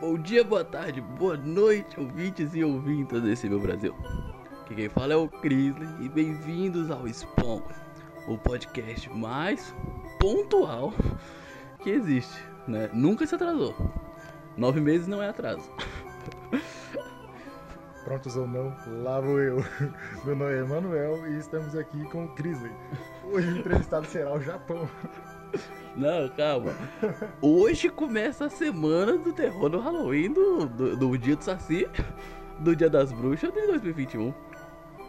Bom dia, boa tarde, boa noite, ouvintes e ouvintas desse meu Brasil. Aqui quem fala é o Crisley e bem-vindos ao Spawn, o podcast mais pontual que existe, né? Nunca se atrasou. Nove meses não é atraso. Prontos ou não, lá vou eu. Meu nome é Emanuel e estamos aqui com o Crisley. Hoje o entrevistado será o Japão. Não, calma. Hoje começa a semana do terror do Halloween, do, do, do dia do Saci, do dia das bruxas de 2021.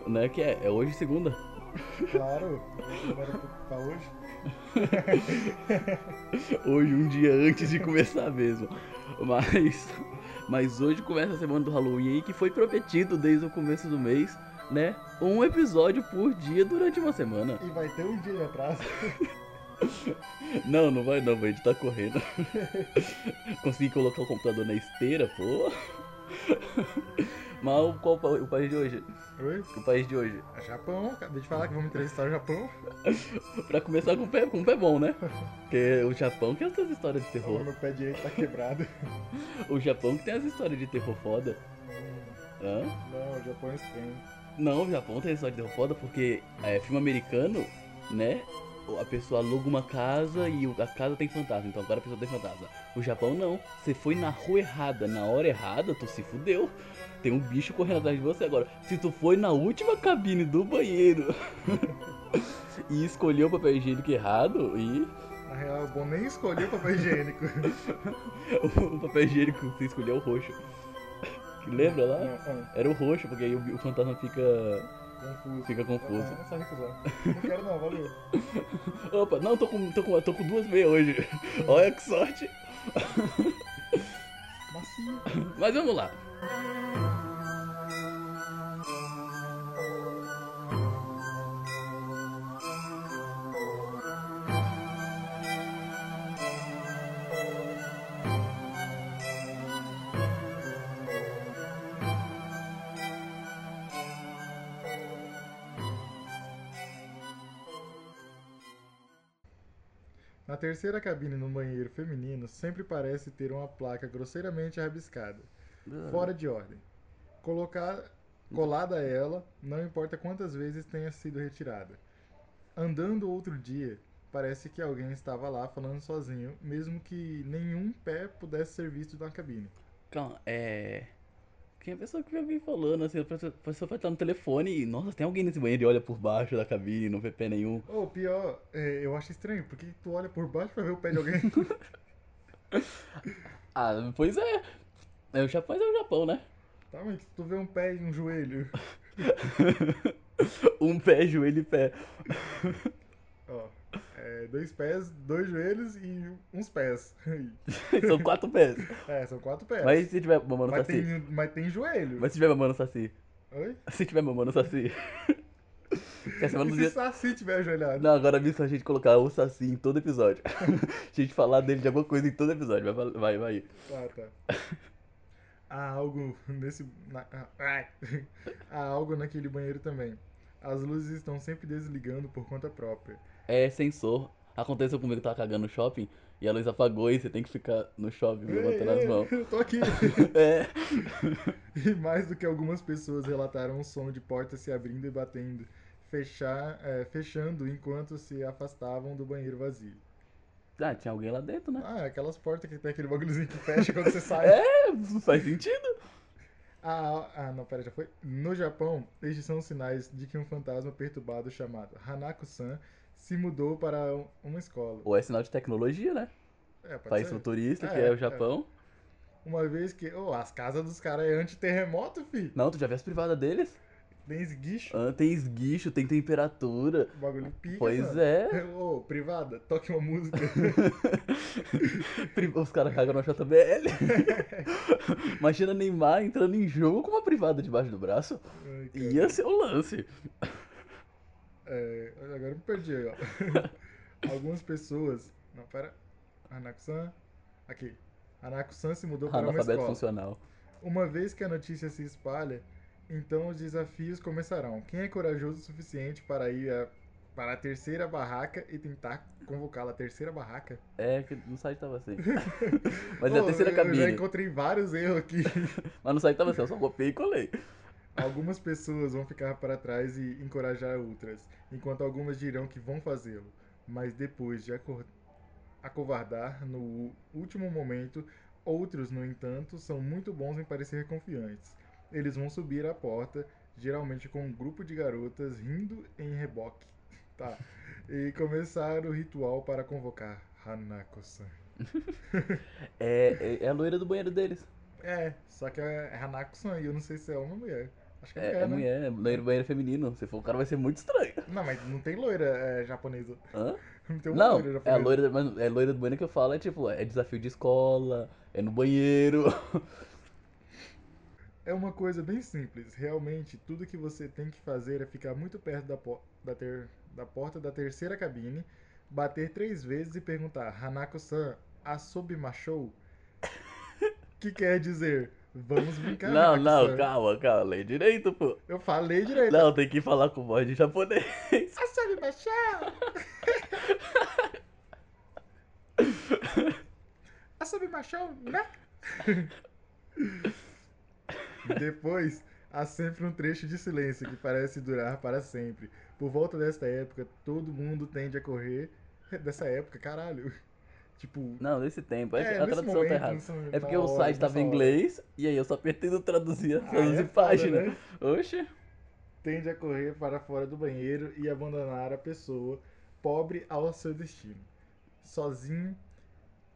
Né? Que é, é hoje segunda. Claro, bora pra- pra hoje. Hoje, um dia antes de começar mesmo. Mas, mas hoje começa a semana do Halloween aí, que foi prometido desde o começo do mês, né? Um episódio por dia durante uma semana. E vai ter um dia de atraso. Não, não vai não, vai editar correndo. Consegui colocar o computador na esteira, pô. Mas qual o pa- o país de hoje? Oi? O país de hoje. É Japão, acabei de falar que vamos entrevistar o Japão. Pra começar com o pé, com o pé bom, né? Porque o Japão que tem essas histórias de Agora terror. meu pé direito tá quebrado. O Japão que tem as histórias de terror foda. Hã? Não, o Japão é estranho. Não, o Japão tem história de terror foda porque é filme americano, né? A pessoa aluga uma casa e o- a casa tem fantasma, então agora a pessoa tem fantasma. O Japão não. Você foi na rua errada, na hora errada, tu se fudeu. Tem um bicho correndo atrás de você agora. Se tu foi na última cabine do banheiro e escolheu o papel higiênico errado e Na real, é bom nem escolher o papel higiênico. o papel higiênico que você escolheu é o roxo. Lembra lá? Não, é, não, Era o roxo, porque aí o o fantasma fica. confuso. Fica confuso. Não, não, É, só recusar. Não quero não, valeu. Opa, não, tô com, tô com, tô com duas meias hoje. Olha que sorte. Macio. Mas vamos lá. Na terceira cabine no banheiro feminino sempre parece ter uma placa grosseiramente rabiscada, fora de ordem. Colocar colada a ela, não importa quantas vezes tenha sido retirada. Andando outro dia, parece que alguém estava lá falando sozinho, mesmo que nenhum pé pudesse ser visto na cabine. Calma, é. Quem é a pessoa que vê alguém falando assim? A pessoa a pessoa vai estar no telefone e, nossa, tem alguém nesse banheiro e olha por baixo da cabine e não vê pé nenhum. Ou pior, é, eu acho estranho, porque tu olha por baixo pra ver o pé de alguém. Ah, pois é. É o Japão, mas é o Japão, né? tá, mas tu vê um pé e um joelho. Um pé, joelho e pé. Ó, é, dois pés, dois joelhos e uns pés. São quatro pés. É, são quatro pés. Mas tá se tiver mamando Mas saci. tem, mas tem joelho. Mas se tiver mamando saci. Oi? Se tiver mamando saci. Que a semana E do se dia. Saci tiver ajoelhado? Não, agora é mesmo a gente colocar o Saci em todo episódio. a gente falar dele de alguma coisa em todo episódio. Vai, vai, vai. Ah, tá. Há algo nesse. na- ah, ai. Há algo naquele banheiro também. As luzes estão sempre desligando por conta própria. É sensor. Aconteceu comigo, eu tava cagando no shopping e a luz apagou e você tem que ficar no shopping levantando Ei, as ei, mãos. Eu tô aqui! É. E mais do que algumas pessoas relataram um som de portas se abrindo e batendo, fechar, é, fechando enquanto se afastavam do banheiro vazio. Ah, tinha alguém lá dentro, né? Ah, aquelas portas que tem aquele bagulhozinho que fecha quando você sai. É, faz sentido. Ah, ah, não, pera, já foi. No Japão, estes são sinais de que um fantasma perturbado chamado Hanako-san se mudou para um- uma escola. Ou é sinal de tecnologia, né? É, pode País ser. futurista, que É, é é. o Japão. Uma vez que. Oh, as casas dos caras é anti-terremoto, fi. Não, tu já viu as privadas deles? Tem esguicho. Ah, tem esguicho, tem temperatura. O bagulho pica. Pois mano. é. Ô, privada, toque uma música. Pri- Os caras cagam na JBL. Imagina Neymar entrando em jogo com uma privada debaixo do braço. Ai, cara. Ia ser o lance. É, agora eu me perdi aí, ó. Algumas pessoas. Não, pera. Hanako-san. Aqui. Hanako-san se mudou para uma Ah, Analfabeto escola. funcional. Uma vez que a notícia se espalha, então os desafios começarão. Quem é corajoso o suficiente para ir a para a terceira barraca e tentar convocá-la. Terceira barraca? É, que no site tava assim. Mas é a terceira eu, Eu já cabine. encontrei vários erros aqui. Mas no site tava assim, eu só copiei e colei. algumas pessoas vão ficar para trás e encorajar outras, enquanto algumas dirão que vão fazê-lo. Mas depois de acor- acovardar no último momento, outros, no entanto, são muito bons em parecer confiantes. Eles vão subir a porta, geralmente com um grupo de garotas rindo em reboque. Tá. E começar o ritual para convocar Hanako-san. É, é, é a loira do banheiro deles. É, só que é Hanako-san e eu não sei se é homem ou mulher. Acho que é, É, mulher, é né? mulher, é loira do banheiro feminino. Se for o cara, vai ser muito estranho. Não, mas não tem loira é, japonesa. Hã? Não tem uma Não, loira é a japonesa. loira, mas é loira do banheiro que eu falo, é tipo, é desafio de escola, é no banheiro. É uma coisa bem simples. Realmente, tudo que você tem que fazer é ficar muito perto da, po- da, ter- da porta da terceira cabine, bater três vezes e perguntar: Hanako-san, asobimashou? que quer dizer, vamos brincar. Não, não, Hanako-san." calma, calma, lê direito, pô. Eu falei direito. Não, tem que falar com voz de japonês. Asobimashou! asobimashou, né? Depois, há sempre um trecho de silêncio que parece durar para sempre. Por volta desta época, todo mundo tende a correr. Dessa época, caralho. Tipo. Não, nesse tempo, é que é, a nesse tradução momento, tá errada. nessa- É porque na o hora, site tava nessa em hora. inglês, e aí eu só pretendo traduzir as Ah, traduzir é foda, páginas. né? Oxe. Tende a correr para fora do banheiro e abandonar a pessoa, pobre ao seu destino. Sozinho.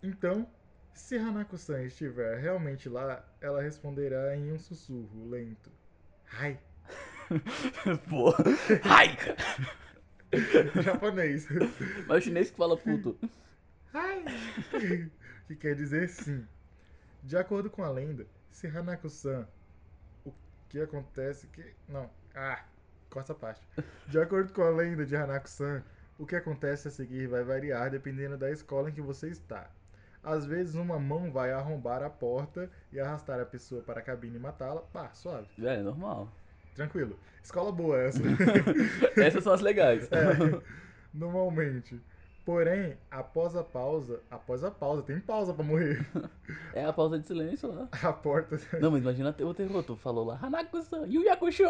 Então, se Hanako-san estiver realmente lá, ela responderá em um sussurro lento. Ai, Pô. Ai! japonês. Mas o chinês que fala puto. Ai! que quer dizer sim. De acordo com a lenda, se Hanako-san. O que acontece que. Não. Ah! Corta a parte. De acordo com a lenda de Hanako-san, o que acontece a seguir vai variar dependendo da escola em que você está. Às vezes, uma mão vai arrombar a porta e arrastar a pessoa para a cabine e matá-la. Pá, suave. É, é normal. Tranquilo. Escola boa é essa. né? Essas são as legais. É, normalmente. Porém, após a pausa, após a pausa, tem pausa pra morrer. É a pausa de silêncio lá. A porta. Não, mas imagina o terror, tu falou lá, Hanako-san, e o Yakusho?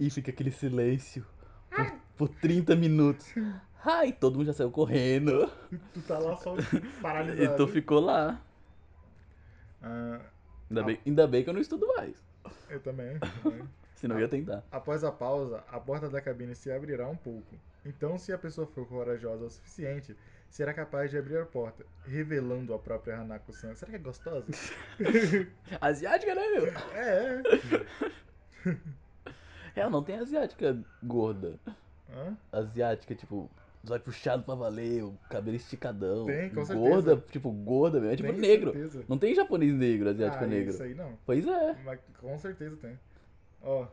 e fica aquele silêncio por, por 30 minutos. Ai, todo mundo já saiu correndo. Tu tá lá só E paralisado. tu ficou lá. Ah, Ainda bem, ainda bem que eu não estudo mais. eu também. também. Senão eu ia tentar. Após a pausa, a porta da cabine se abrirá um pouco. Então, se a pessoa for corajosa o suficiente, será capaz de abrir a porta, revelando a própria Hanako-san. Será que é gostosa? Asiática, né, meu? é, é. Real, não tem asiática gorda. Hã? Asiática, tipo, vai puxado pra valer, o cabelo esticadão. Tem, com gorda, certeza. tipo, gorda mesmo. É tipo Tem negro. certeza? Não tem japonês negro, asiático ah, negro. Isso aí não. Pois é. Mas com certeza tem. Ó,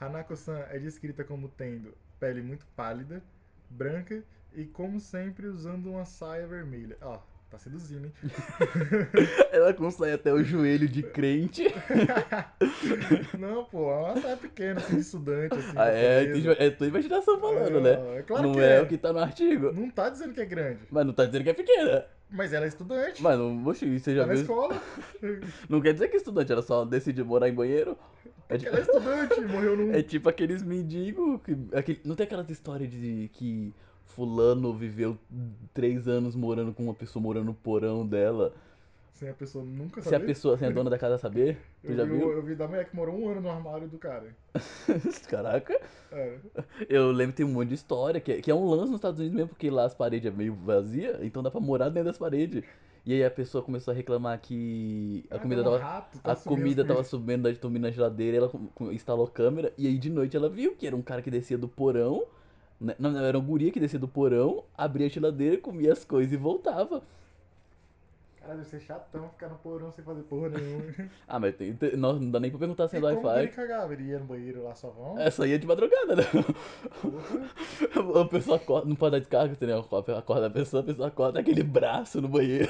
Hanako-san é descrita como tendo pele muito pálida, branca e, como sempre, usando uma saia vermelha. Ó, tá seduzindo, hein? Ela consegue até o joelho de crente. Não, pô, é uma saia pequena, assim, de estudante, assim. Ah, é, japonesa. é tua imaginação falando, né? É, claro não que é, é. o que tá no artigo. Não tá dizendo que é grande, Mas não tá dizendo que é pequena. mas ela é estudante. Mas não, oxe, você já Tá na viu. escola. Não quer dizer que estudante, ela só decide morar em banheiro. É tipo, Ela é estudante, morreu num... é tipo aqueles mendigos. Que, aquele- não tem aquelas histórias de que fulano viveu três anos morando com uma pessoa morando no porão dela. Sem a pessoa nunca Se a saber. pessoa, sem a dona da casa saber, tu eu, já vi, viu? eu vi da mulher que morou um ano no armário do cara. Caraca. É. Eu lembro que tem um monte de história, que é, que é um lance nos Estados Unidos mesmo, porque lá as paredes é meio vazia, então dá pra morar dentro das paredes. E aí a pessoa começou a reclamar que a Ah, comida tá um tava, rato, tá a sumindo comida tava subindo da na geladeira, ela com- com- instalou câmera, e aí de noite ela viu que era um cara que descia do porão, né? não, não, era um guria que descia do porão, abria a geladeira, comia as coisas e voltava. Caralho, deve ser chatão ficar no porão sem fazer porra nenhuma. Ah, mas tem, tem- não, não dá nem pra perguntar e sem como que ele Wi-Fi. cagava? Ele ia no banheiro lá só vão? Essa aí é de madrugada, né? Porra. Uhum. A pessoa acorda, não pode dar descarga, entendeu? Acorda a pessoa, a pessoa acorda aquele braço no banheiro.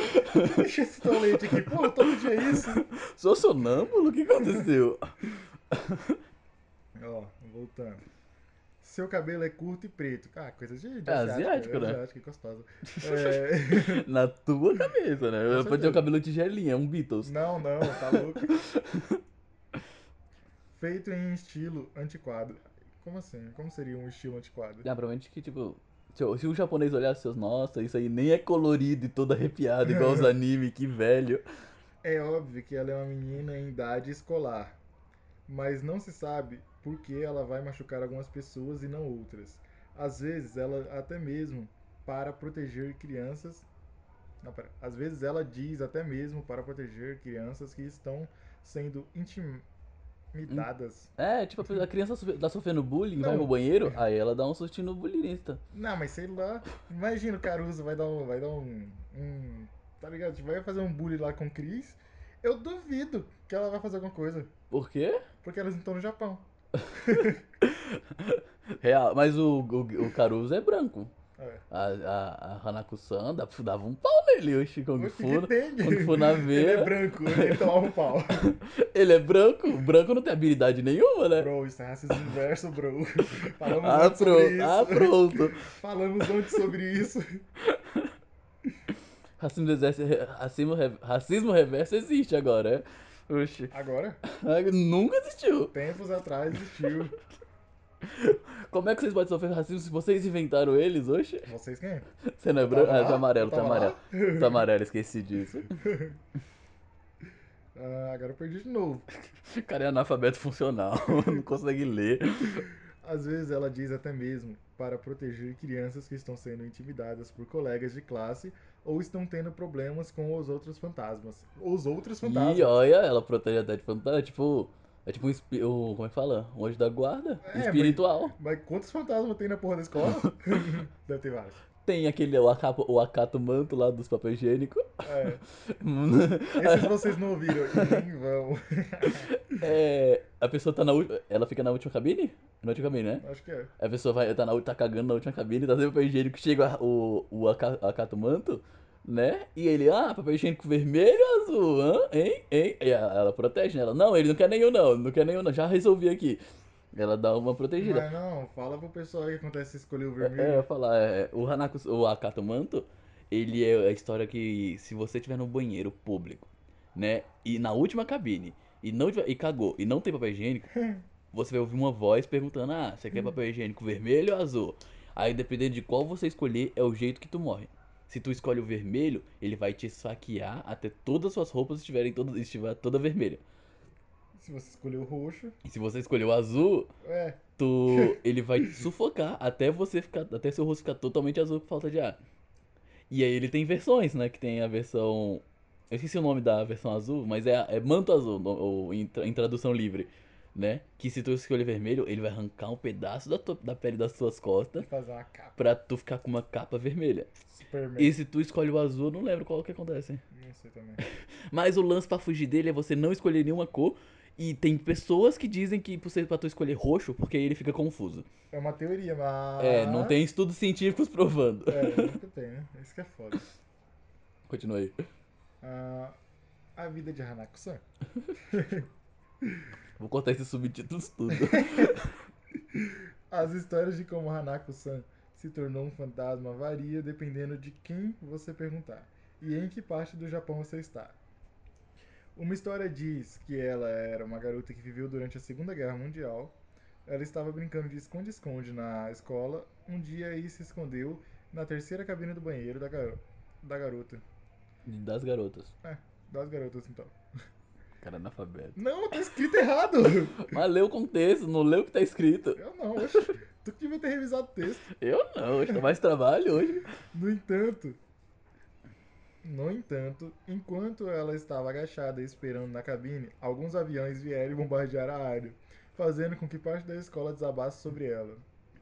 Deixa esse tolete aqui. Pô, todo dia é isso. Sou sonâmbulo? O que aconteceu? Ó, voltando. Seu cabelo é curto e preto. Ah, coisa de, de É asiático, né? asiático, que gostosa. É, Na tua cabeça, né? Eu podia ter o Com certeza. cabelo tigelinha, é um Beatles. Não, não, tá louco. Feito em estilo antiquado. Como assim? Como seria um estilo antiquado? Ah, provavelmente que, tipo, se, o- se o japonês olhasse seus, nossa, isso aí nem é colorido e todo arrepiado, igual os anime, que velho. É óbvio que ela é uma menina em idade escolar, mas não se sabe por que ela vai machucar algumas pessoas e não outras. Às vezes ela até mesmo para proteger crianças. Não, pera. Às vezes ela diz até mesmo para proteger crianças que estão sendo intimidadas. É, tipo, a criança sofre- tá sofrendo bullying, vai Não. pro banheiro, aí ela dá um sustinho no bullyingista. Não, mas sei lá. Imagina o Caruso vai dar um. Vai dar um. um- tá ligado? Tipo, Vai fazer um bullying lá com o Cris. Eu duvido que ela vai fazer alguma coisa. Por quê? Porque elas não estão no Japão. Real, mas o, o, o Caruso é branco. É. A, a, a Hanako-san dá- dava um pau nele, o Shikong O que, Fu. que tem? Quando for na Ele é veia, branco, ele tomava um pau. ele é branco, o branco não tem habilidade nenhuma, né? Bro, isso é racismo inverso, bro. Falamos Ah, antes sobre pronto, isso. ah, pronto. Falamos antes sobre isso. Racismo, exerce- racismo, re- racismo reverso existe agora, é? Oxi, Agora, nunca existiu. tempos atrás existiu. Como é que vocês podem sofrer racismo se vocês inventaram eles, oxe? Vocês quem? Você não é branco? Ah, tá amarelo, tá amarelo. amarelo. Tá amarelo, esqueci disso. Ah, agora eu perdi de novo. O cara é analfabeto funcional, não consegue ler. Às vezes ela diz até mesmo para proteger crianças que estão sendo intimidadas por colegas de classe ou estão tendo problemas com os outros fantasmas. Os outros fantasmas. E olha, ela protege até de fantasma, é tipo... É tipo um espi- o- como é que fala? Um anjo da guarda É, mas- espiritual. Mas quantos fantasmas tem na porra da escola? Deve ter vários. Tem aquele o acapo- o acato manto lá dos papel higiênico. É, esses vocês não ouviram e nem vão. É, a pessoa tá na última. Ela fica na última cabine? Na última cabine, né? Acho que é. A pessoa vai, tá, na, ú- tá cagando na última cabine, tá sem papel higiênico, chega o, o aca- acatomanto, né? E ele, ah, papel higiênico vermelho ou azul, hã? Hein? Hein? E ela, ela protege, né? Ela, não, ele não quer nenhum, não, não quer nenhum, não, já resolvi aqui. Ela dá uma protegida. Mas não, fala pro pessoal aí que acontece se escolher o É, eu vermelho. ia falar, é, o Hanako, o acatomanto, ele é a história que se você estiver no banheiro público, né? E na última cabine, e, não, tiver- e cagou, e não tem papel higiênico, você vai ouvir uma voz perguntando: Ah, você quer papel higiênico vermelho ou azul? Aí, dependendo de qual você escolher, é o jeito que tu morre. Se tu escolhe o vermelho, ele vai te esfaquear até todas as suas roupas estiverem todas, estiver toda vermelha. Se você escolher o roxo, E se você escolher o azul, é. tu, ele vai te sufocar até você ficar, até seu rosto ficar totalmente azul por falta de ar. E aí ele tem versões, né? Que tem a versão. Eu esqueci o nome da versão azul, mas é, a- é manto azul, no- ou em, tra- em tradução livre, né? Que se tu escolher vermelho, ele vai arrancar um pedaço da, tua- da pele das suas costas Fazer uma capa pra tu ficar com uma capa vermelha. Superman. E se tu escolhe o azul, eu não lembro qual que acontece. Não sei também. Mas o lance pra fugir dele é você não escolher nenhuma cor. E tem pessoas que dizem que pra você- pra tu escolher roxo, porque aí ele fica confuso. É uma teoria, mas. É, não tem estudos científicos provando. É, nunca tem, né? Isso que é foda. Continua aí. Ah, a vida de Hanako-san. Vou cortar esses subtítulos tudo. As histórias de como Hanako-san se tornou um fantasma varia dependendo de quem você perguntar e em que parte do Japão você está. Uma história diz que ela era uma garota que viveu durante a Segunda Guerra Mundial. Ela estava brincando de esconde-esconde na escola um dia e se escondeu na terceira cabine do banheiro da, garo- da garota. Das garotas. Das garotas, então. Cara analfabeto. Não, tá escrito errado! Mas lê o contexto, não lê o que tá escrito. Eu não, oxe. Tu que devia ter revisado o texto. Eu não, hoje tá mais trabalho hoje. No entanto, no entanto, enquanto ela estava agachada e esperando na cabine, alguns aviões vieram e bombardearam a área, fazendo com que parte da escola desabasse sobre ela.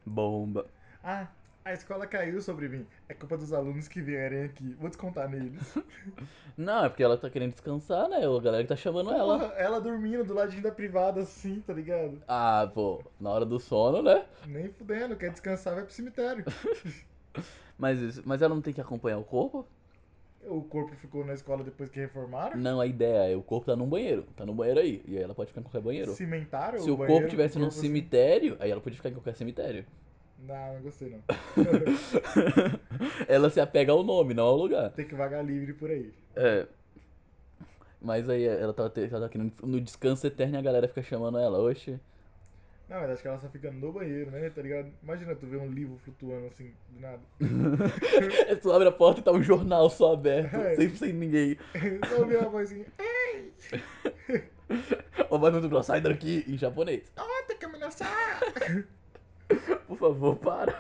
Bomba. Ah, a escola caiu sobre mim. É culpa dos alunos que vierem aqui. Vou descontar neles. Não, é porque ela tá querendo descansar, né? A galera que tá chamando ela. Porra, ela dormindo do ladinho da privada assim, tá ligado? Ah, pô, na hora do sono, né? Nem fudendo, quer descansar, vai pro cemitério. Mas, isso- mas ela não tem que acompanhar o corpo? O corpo ficou na escola depois que reformaram? Não, a ideia é o corpo tá num banheiro. Tá num banheiro aí. E aí ela pode ficar em qualquer banheiro. Cimentaram Se o banheiro corpo tivesse do num corpo, cemitério, aí ela podia ficar em qualquer cemitério. assim? Não, não gostei não. ela se apega ao nome, não ao lugar. Tem que vagar livre por aí. É. Mas aí ela tava, te- ela tava aqui no, no descanso eterno e a galera fica chamando ela. Oxe. Não, mas acho que ela só fica no banheiro, né? Tá ligado? Imagina tu ver um livro flutuando assim, do nada. tu abre a porta e tá um jornal só aberto, É. sem, sem ninguém. Só ouvir uma assim, vozinha. Ou vai muito pro sai daqui em japonês. Ah, tá caminhando só. Por favor, para.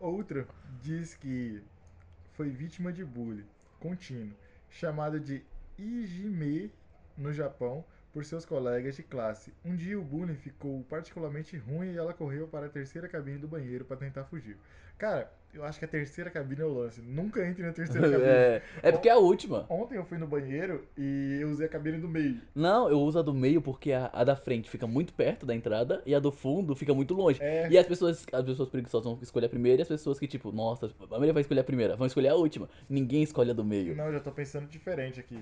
Outra diz que foi vítima de bullying contínuo, chamado de Ijime no Japão por seus colegas de classe. Um dia o bullying ficou particularmente ruim e ela correu para a terceira cabine do banheiro para tentar fugir. Cara, eu acho que a terceira cabine é o lance. Nunca entre na terceira cabine. É, é porque é a última. Ontem eu fui no banheiro e eu usei a cabine do meio. Não, eu uso a do meio porque a, a da frente fica muito perto da entrada e a do fundo fica muito longe. É, E as pessoas, as pessoas preguiçosas vão escolher a primeira e as pessoas que, tipo, nossa, a maioria vai escolher a primeira, vão escolher a última. Ninguém escolhe a do meio. não, eu já tô pensando diferente aqui.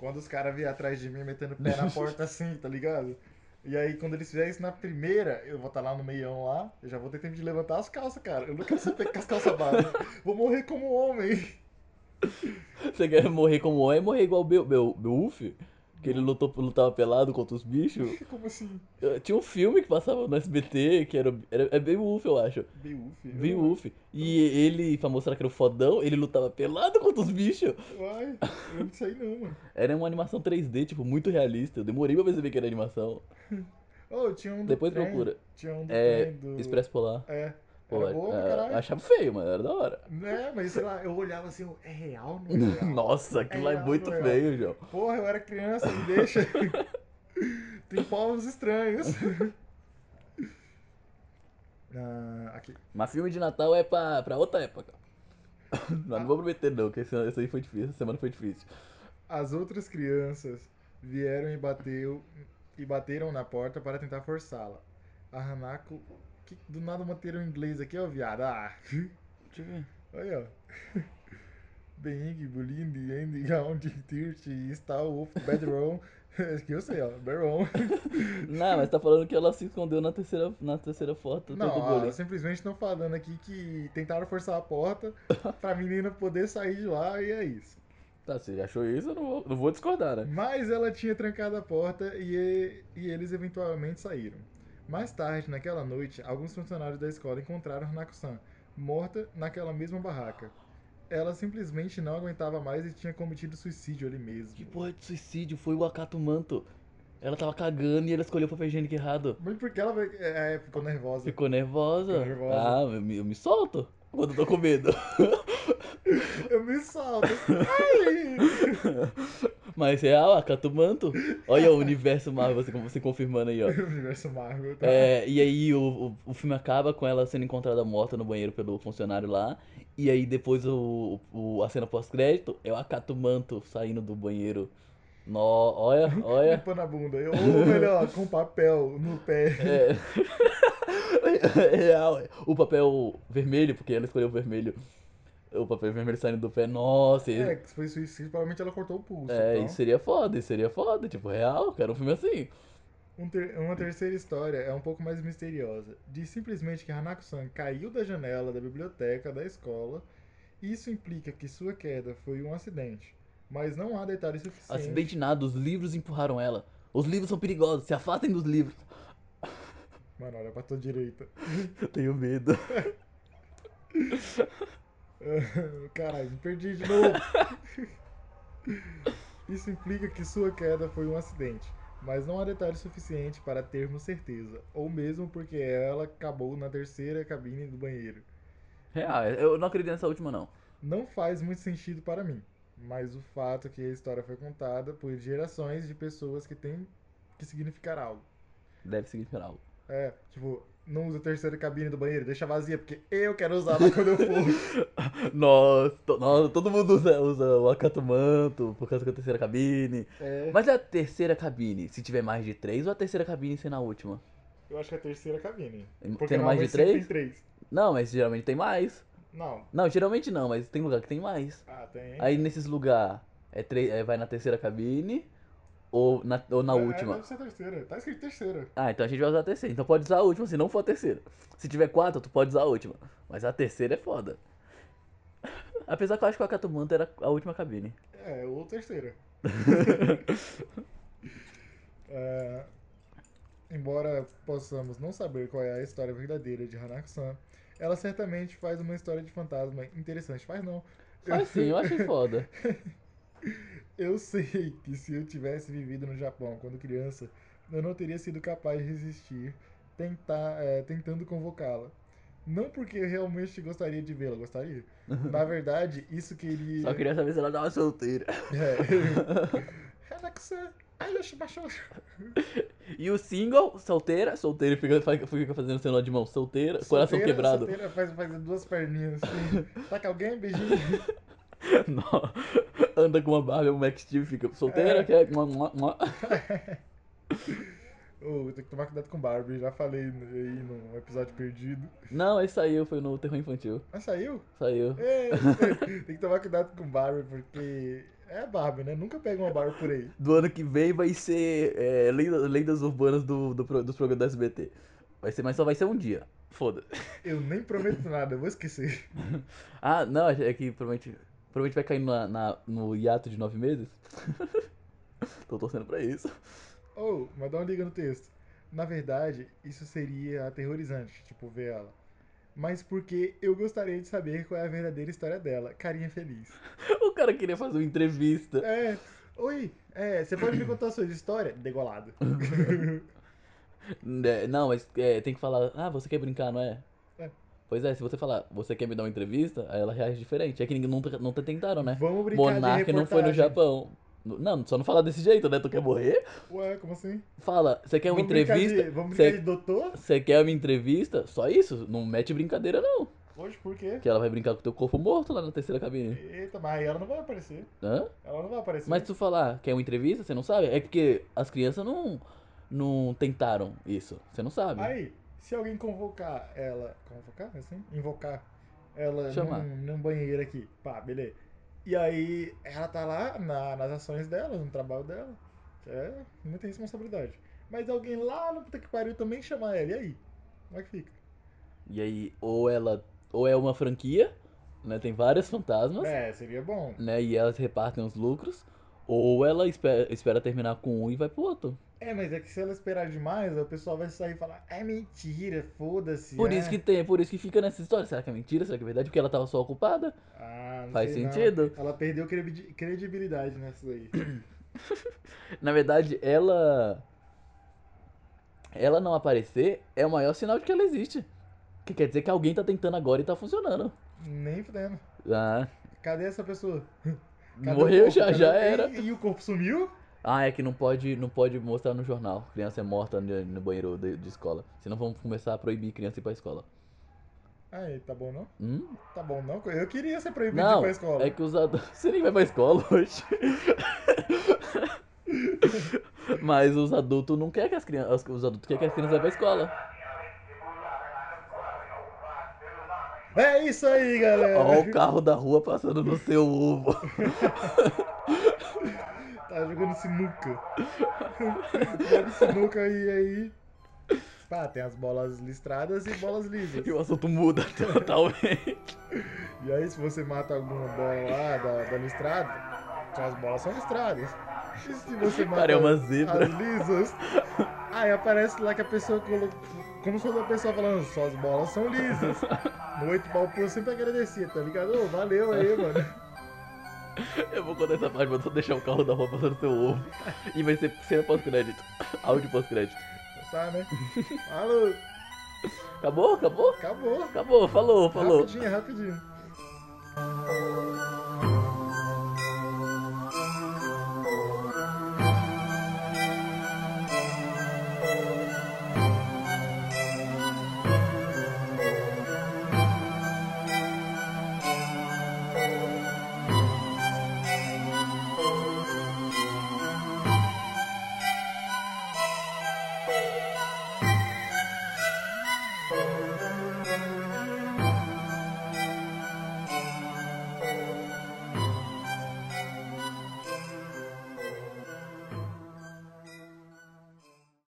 Quando os caras vier atrás de mim metendo o pé na porta assim, tá ligado? E aí, quando eles fizerem isso na primeira, eu vou estar lá no meião lá, eu já vou ter tempo de levantar as calças, cara. Eu não quero saber com as calças baixas. Vou morrer como homem. Você quer morrer como homem, é morrer igual o Be- Be- Beowulf? Que ele lutou, lutava pelado contra os bichos. Como assim? Eu- Tinha um filme que passava no SBT, que era, era é Beowulf, eu acho. Beuf. Beowulf. E ele, pra mostrar que era o fodão, ele lutava pelado contra os bichos. Vai, eu não sei não, mano. Era uma animação 3D, tipo, muito realista. Eu demorei pra perceber que era animação. Oh, tinha um do Depois trem, procura. Tinha um do É, trem do... Expresso Polar. É, Pô, era boa pra é, caralho. achava feio, mano. Era da hora. É, mas sei lá, eu olhava assim, eu, é real, não é real? Nossa, aquilo lá é real, muito não é feio, João. Porra, eu era criança, me deixa. Tem povos estranhos. Ah, aqui. Mas filme de Natal é pra, pra outra época. Mas não vou prometer, não, que esse, esse aí foi difícil. Essa semana foi difícil. As outras crianças vieram e, bateu, e bateram na porta para tentar forçá-la. A Hanako. Que, do nada manteram o inglês aqui, ó, viado. Ah. Deixa eu ver. Olha, ó. Being, bullying, end, round, dirt, está o bedroom. Acho que eu sei, ó. Bedroom. Não, mas tá falando que ela se escondeu na terceira, na terceira foto. tá todo Não, bolha. ah, simplesmente estão falando aqui que tentaram forçar a porta pra menina poder sair de lá e é isso. Tá, você achou isso? Eu não vou, não vou discordar, né? Mas ela tinha trancado a porta e, e eles eventualmente saíram. Mais tarde, naquela noite, alguns funcionários da escola encontraram Hanako-san, morta naquela mesma barraca. Ela simplesmente não aguentava mais e tinha cometido suicídio ali Que mesmo. porra de suicídio? Foi o Akato Manto. Ela tava cagando e ela escolheu o papel higiênico errado. Mas porque ela vai- é, ficou nervosa. Ficou nervosa. Ficou nervosa. Ah, eu me, eu me solto quando eu tô com medo. Eu me salto. Ai! Mas real, Akato Manto. Olha o universo Marvel, você, você confirmando aí, ó. O universo Marvel tá. É, e aí o, o, o filme acaba com ela sendo encontrada morta no banheiro pelo funcionário lá. E aí depois o, o- a cena pós-crédito é o Akato Manto saindo do banheiro. No, olha, olha. Limpando a bunda. Ou melhor, com papel no pé. É. É Real, é. o papel vermelho, porque ela escolheu o vermelho. O papel vermelho saindo do pé, nossa, É, é, que se foi suicídio, provavelmente ela cortou o pulso. é, então. isso seria foda, isso seria foda, tipo, real, cara, um filme assim. Um ter- uma terceira história é um pouco mais misteriosa. Diz simplesmente que Hanako-san caiu da janela da biblioteca da escola. Isso implica que sua queda foi um acidente. Mas não há detalhes suficientes. Acidente nada, os livros empurraram ela. Os livros são perigosos, se afastem dos livros. Mano, olha pra tua direita. Eu tenho medo. Caralho, me perdi de novo. Isso implica que sua queda foi um acidente, mas não há detalhes suficientes para termos certeza, ou mesmo porque ela acabou na terceira cabine do banheiro. Real, eu não acredito nessa última, não. Não faz muito sentido para mim, mas o fato é que a história foi contada por gerações de pessoas que têm que significar algo. Deve significar algo. É, tipo, não usa a terceira cabine do banheiro, deixa vazia, porque eu quero usar lá quando eu for. Nossa, to- nossa, todo mundo usa, usa o acatomanto por causa da terceira cabine. É, Mas é a terceira cabine, se tiver mais de três, ou a terceira cabine sendo a última? eu acho que é a terceira cabine. Tendo Porque mais de normalmente sempre três? tem três. Não, mas geralmente tem mais. Não. Não, geralmente não, mas tem lugar que tem mais. Ah, tem. Aí nesses lugares, é tre- é, vai na terceira cabine ou na, ou na É, última. Deve ser a terceira. Tá escrito terceira. Ah, então a gente vai usar a terceira. Então pode usar a última se não for a terceira. Se tiver quatro, tu pode usar a última. Mas a terceira é foda. Apesar que eu acho que o Acatumanta era a última cabine. É, ou terceira. É, embora possamos não saber qual é a história verdadeira de Hanako-san, ela certamente faz uma história de fantasma interessante. Faz não. Mas sim, eu achei foda. Eu sei que se eu tivesse vivido no Japão quando criança, eu não teria sido capaz de resistir tentar, é, tentando convocá-la. Não porque eu realmente gostaria de vê-la, gostaria. Na verdade, isso queria. Só queria saber se ela tava solteira. É. Hanako-san, Ayoshimashou. E o single, solteira, solteira, fica, fica fazendo sinal de mão, solteira, coração Solteira, quebrado. solteira, faz, faz duas perninhas assim. Taca alguém, beijinho. Não. Anda com uma Barbie, um Max Steel, fica solteira, É. quer. Mua, mua, mua. Ô, tem que tomar cuidado com Barbie, já falei aí num episódio perdido. Não, esse saiu, foi no terror infantil. Mas saiu? Saiu. É, tem que tomar cuidado com Barbie, porque é Barbie, né? Nunca pega uma Barbie por aí. Do ano que vem vai ser é, lenda- lendas urbanas do, do, pro- dos programas da SBT. Vai ser, mas só vai ser um dia. Foda. Eu nem prometo nada, eu vou esquecer. Ah, não, é que provavelmente, provavelmente vai cair na, na- no hiato de nove meses. Tô torcendo pra isso. Ou, mas dá uma liga no texto. Na verdade, isso seria aterrorizante, tipo, ver ela. Mas porque eu gostaria de saber qual é a verdadeira história dela. Carinha feliz. O cara queria fazer uma entrevista. É. Oi, é, você pode me contar a sua história? Degolado. Né, Não, mas é, tem que falar, ah, você quer brincar, não é? É. Pois é, se você falar, você quer me dar uma entrevista, aí ela reage diferente. É que ninguém nunca, nunca tentaram, né? Vamos brincar Monark de reportagem. não foi no Japão. Não, só não falar desse jeito, né? Tu quer morrer? Ué, como assim? Fala, você quer uma Vamos brincar entrevista? de- vamos Você- brincar de doutor? Você quer uma entrevista? Só isso? Não mete brincadeira, não. Hoje, por quê? Que ela vai brincar com teu corpo morto lá na terceira cabine. Eita, mas ela não vai aparecer. Hã? Ela não vai aparecer. Mas tu falar que é uma entrevista, você não sabe? É porque as crianças não, não tentaram isso. Você não sabe. Aí, se alguém convocar ela. Convocar? É Assim? Invocar ela Chamar. num, num banheiro aqui. Pá, beleza. E aí, ela tá lá na- nas ações dela, no trabalho dela. É muita responsabilidade. Mas alguém lá no puta que pariu também chamar ela. E aí? Como é que fica? E aí, ou ela. Ou é uma franquia, né? Tem várias fantasmas, É, seria bom. né? E elas repartem os lucros. Ou ela espera, espera terminar com um e vai pro outro. É, mas é que se ela esperar demais, o pessoal vai sair e falar: é mentira, foda-se. Por é." isso que tem, por isso que fica nessa história. Será que é mentira? Será que é verdade? Porque ela tava só ocupada? Ah, não Faz sei não. sentido. Ela perdeu credi- credibilidade nessa daí. Na verdade, ela. Ela não aparecer é o maior sinal de que ela existe. Que quer dizer que alguém tá tentando agora e tá funcionando. Nem fudendo. Ah, Cadê essa pessoa? Cadê o morreu corpo? já, Cadê já o- era. E, e o corpo sumiu? Ah, é que não pode, não pode mostrar no jornal. Criança é morta no, no banheiro de, de escola. Senão vamos começar a proibir criança ir pra escola. Aí, tá bom não? Hum? Tá bom não? Eu queria ser proibido de ir Não, pra escola. é que os adultos. Você nem vai pra escola hoje. Mas os adultos não querem que as crianças. Os adultos querem que as crianças vá pra escola. É isso aí, galera. Ó, o carro da rua passando no seu ovo. Tá jogando sinuca. Joga sinuca e aí... Pá, tem as bolas listradas e bolas lisas. E o assunto muda totalmente. E aí, se você mata alguma bola lá da, da listrada, as bolas são listradas. E se você mata Cara, é uma zebra. as lisas, aí aparece lá que a pessoa colocou. Como se fosse a pessoa falando, suas bolas são lisas. No 8 ball pro eu sempre agradecia, tá ligado? Ô, valeu aí, mano. Eu vou contar essa parte, mas vou deixar o carro da rua passando no seu ovo. E vai ser cena pós-crédito. Áudio pós-crédito. Tá, né? Falou, Acabou? Acabou? acabou. Acabou, falou, falou. Rapidinho, rapidinho.